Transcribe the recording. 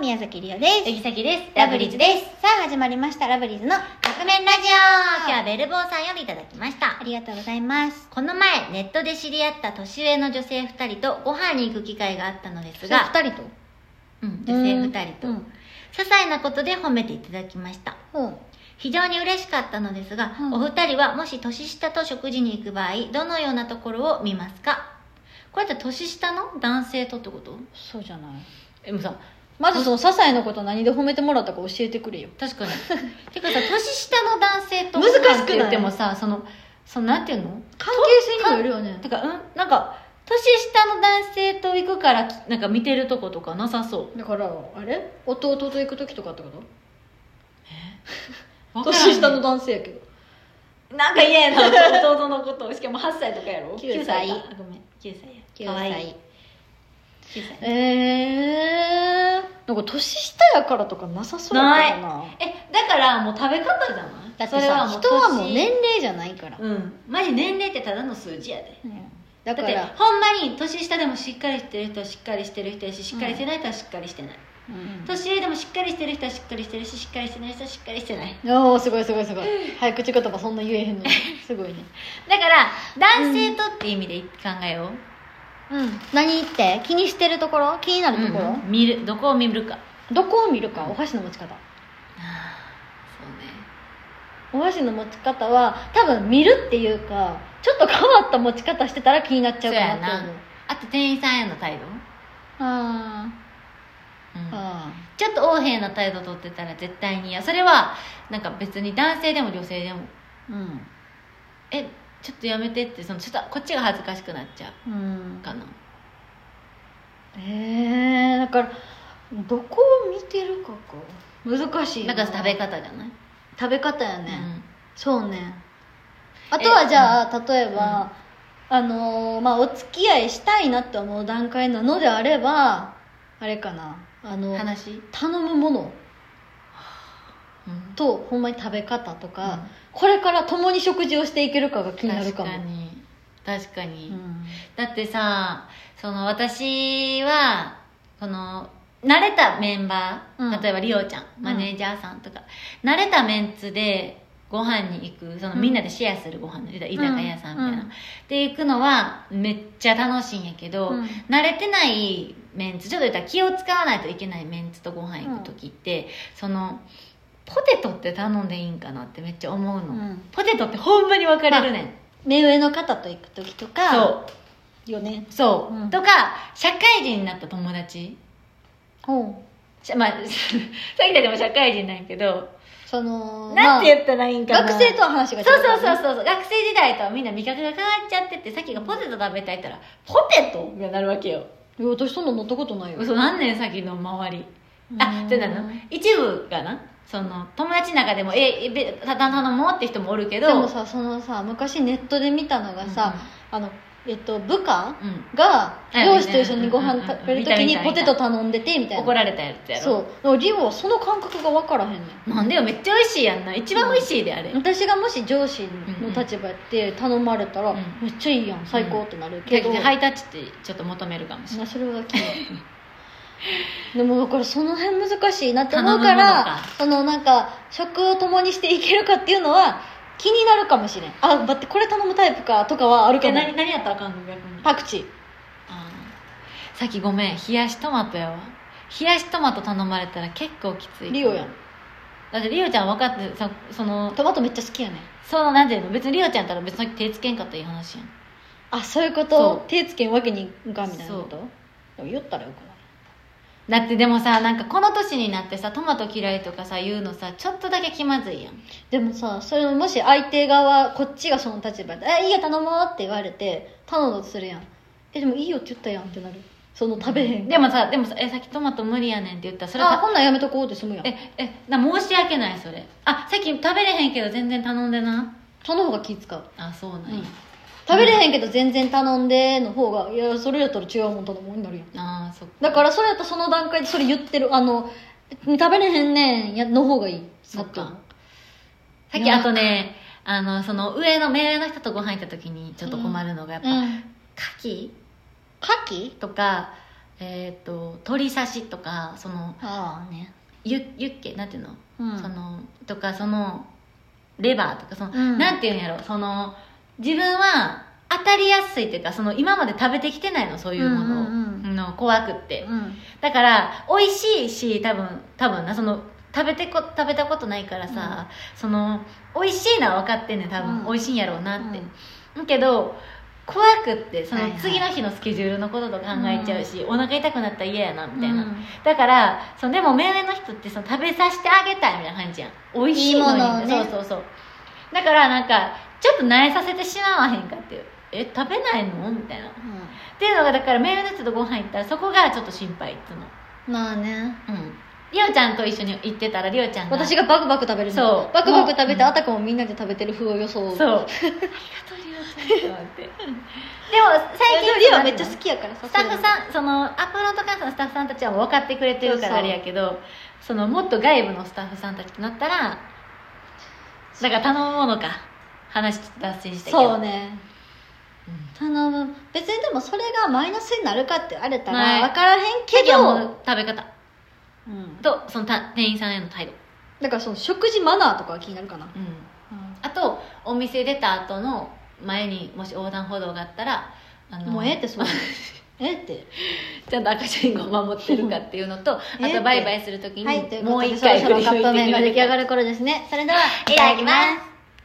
宮崎りおですゆぎさきですラブリーズですさあ始まりましたラブリーズのあ革面ラジオ今日はベルボーさんよりいただきましたりがとうございますこの前ネットで知り合った年上の女性2人とご飯に行く機会があったのですが、 2人とうん、女性2人と、うん些細なことで褒めていただきましたほう非常に嬉しかったのですが、うんお二人はもし年下と食事に行く場合どのようなところを見ますかこれって年下の男性とってことそうじゃないでもさまずその些細なこと何で褒めてもらったか教えてくれよ確かに てかさ年下の男性と難しくないご飯って言ってもさそのそのなんていうの関係性にもよるよねてかうんなんか年下の男性と行くからきなんか見てるとことかなさそだからあれ弟と行く時とかってことうわからんね年下の男性やけどなんか嫌やな弟のことしかも8歳とかやろ9 9歳歳かごめん9歳9歳やかわいい9歳ええー、なんか年下やからとかなさそうだけどなえだからもう食べ方じゃないだってそれさも人はもう年年齢じゃないから、うんマジ年齢ってただの数字やでだだかってらほんまに年下でもしっかりしてる人はしっかりしてる人やししっかりしてない人はしっかりしてない、うん年上でもしっかりしてる人はしっかりしてるししっかりしてない人はしっかりしてないおおすごいすごいすごい早口言葉そんな言えへんのにすごいねだから男性とって意味で考えよう、うん何言って気にしてるところ気になるところ、うん見るどこを見るかどこを見るかお箸の持ち方そうねお箸の持ち方は多分見るっていうかちょっと変わった持ち方してたら気になっちゃうかなって思うあと店員さんへの態あ度、うんーあちょっと横柄な態度取ってたら絶対に嫌それはなんか別に男性でも女性でもーうんえちょっとやめてってそのちょっとこっちが恥ずかしくなっちゃうんうかなえー、だからどこを見てるかか難しいだなから食べ方じゃない、食べ方やね、うんそうねあとはじゃあ、例えば、あのーまあお付き合いしたいなって思う段階なのであればあれかなあの話、頼むものうんとほんまに食べ方とか、うんこれから共に食事をしていけるかが気になるかも確かに確かに、うんだってさその私はこの慣れたメンバー、うん例えばリオちゃんんマネージャーさんとか、慣れたメンツでご飯に行くそのうんみんなでシェアするご飯の、居酒屋さんみたいな、うんで行くのはめっちゃ楽しいんやけど、うん慣れてないメンツちょっと言ったら気を使わないといけないメンツとご飯行く時って、そのポテトって頼んでいいんかなってめっちゃ思うの、うんポテトってほんまに分かれるねん、目上の方と行く時とかそうよねそう、うんとか社会人になった友達ほうしまあ さっきでも社会人なんやけど、そのなんてま言ったらいいんあかな学生とは話が違うそうかそらうねそうそうそう学生時代とはみんな味覚が変わっちゃっててさっきがポテト食べたいったら「ポテト?」みたいになるわけよいや私そんな乗ったことないよ嘘何年さっきの周りあうんそうなの一部がなその友達の中でも「ええべただ頼もう」って人もおるけどでもさそのさ昔ネットで見たのがさ、あのえっと部下うんがうん上司と一緒にご飯うん食べる見た時見にたポテト頼んでてみたいな怒られたやつやろそうでもリオはその感覚が分からへんねんなんでよめっちゃ美味しいやんな一番美味しいであれ、私がもし上司の立場やって頼まれたら、うんめっちゃいいやん最高ってなるけ逆ど、にハイタッチってちょっと求めるかもしれないなそれは気になる でもだからその辺難しいなって思うから頼むそのものかなんか食を共にしていけるかっていうのは気になるかもしれんあ待ってこれ頼むタイプかとかはあるえかも何何やったらあかんの逆にパクチーあーさっきごめん冷やしトマトやわ冷やしトマト頼まれたら結構きついリオやんだってリオちゃん分かってさそのトマトめっちゃ好きやねんそのなんていうの別にリオちゃんやったら別に手つけんかったらいい話やんあそういうこそとう手つけんわけにいかんみたいなことでも言ったらよくないだってでもさなんかこの年になってさトマト嫌いとかさ言うのさちょっとだけ気まずいやんでもさそれもし相手側こっちがその立場で「えいいよ頼もう」って言われて頼んだとするやんえでもいいよって言ったやんってなるその食べへんでもさでもさえさっきトマト無理やねんって言ったらそれあたこんなんやめとこうって済むやんええな申し訳ないそれあさっき食べれへんけど全然頼んでなその方が気使うあそうなんや、うん食べれへんけど全然頼んでの方がいやそれやったら違うもん頼もうになるやんああそっかだからそれやったらその段階でそれ言ってるあの食べれへんねんやの方がいいそっかなて思うさっいきやあとねあのその上の目上の人とご飯行った時にちょっと困るのがやっぱうん牡蠣、牡蠣とかえー、と鶏刺しとかそのああねユユッケなんていうの,、うんそのとかそのレバーとかその、うんなんていうんやろその自分は当たりやすいっていうかその今まで食べてきてないのそういうものうを、んうんうの怖くって、うんだから美味しいし多分多分なその食べてこ食べたことないからさ、その美味しいのは分かってんねん多分、うん美味しいんやろうなって、うんだけど怖くってそのはいはい次の日のスケジュールのことと考えちゃうし、お腹痛くなったら嫌やなみたいな、うんだからそのでも目上の人ってその食べさせてあげたいみたいな感じやん美味しいのいにいものをねそうそうそうだからなんかちょっと慣れさせてしまわへんかっていうえ食べないのみたいなっていうのがだからメールの人とご飯行ったらそこがちょっと心配いつもうんまあねうんりおちゃんと一緒に行ってたらりおちゃんが私がバクバク食べるのそうバクバク食べてもうあたかもみんなで食べてる風を装そううありがとうりおちゃんって思ってでも最近リはめっちゃ好きやからさスタッフさんそのアプロとかのスタッフさんたちはもう分かってくれてるかそうらそうあれやけどそのもっと外部のスタッフさんたちとなったらだから頼むものか話脱線したけどそうね頼む別にでもそれがマイナスになるかってあれたはいら分からへんけけどもど、う食べ方うんとそのた店員さんへの態度、だからその食事マナーとかは気になるかな、うんあとお店出た後の前にもし横断歩道があったらあのもうええってそう ええってちゃんと赤信号を守ってるかっていう のとあええってとバイバイする時に、はいというもこうとで一そろ回そろカップ麺が出来上がるる頃ですねそれではいただきます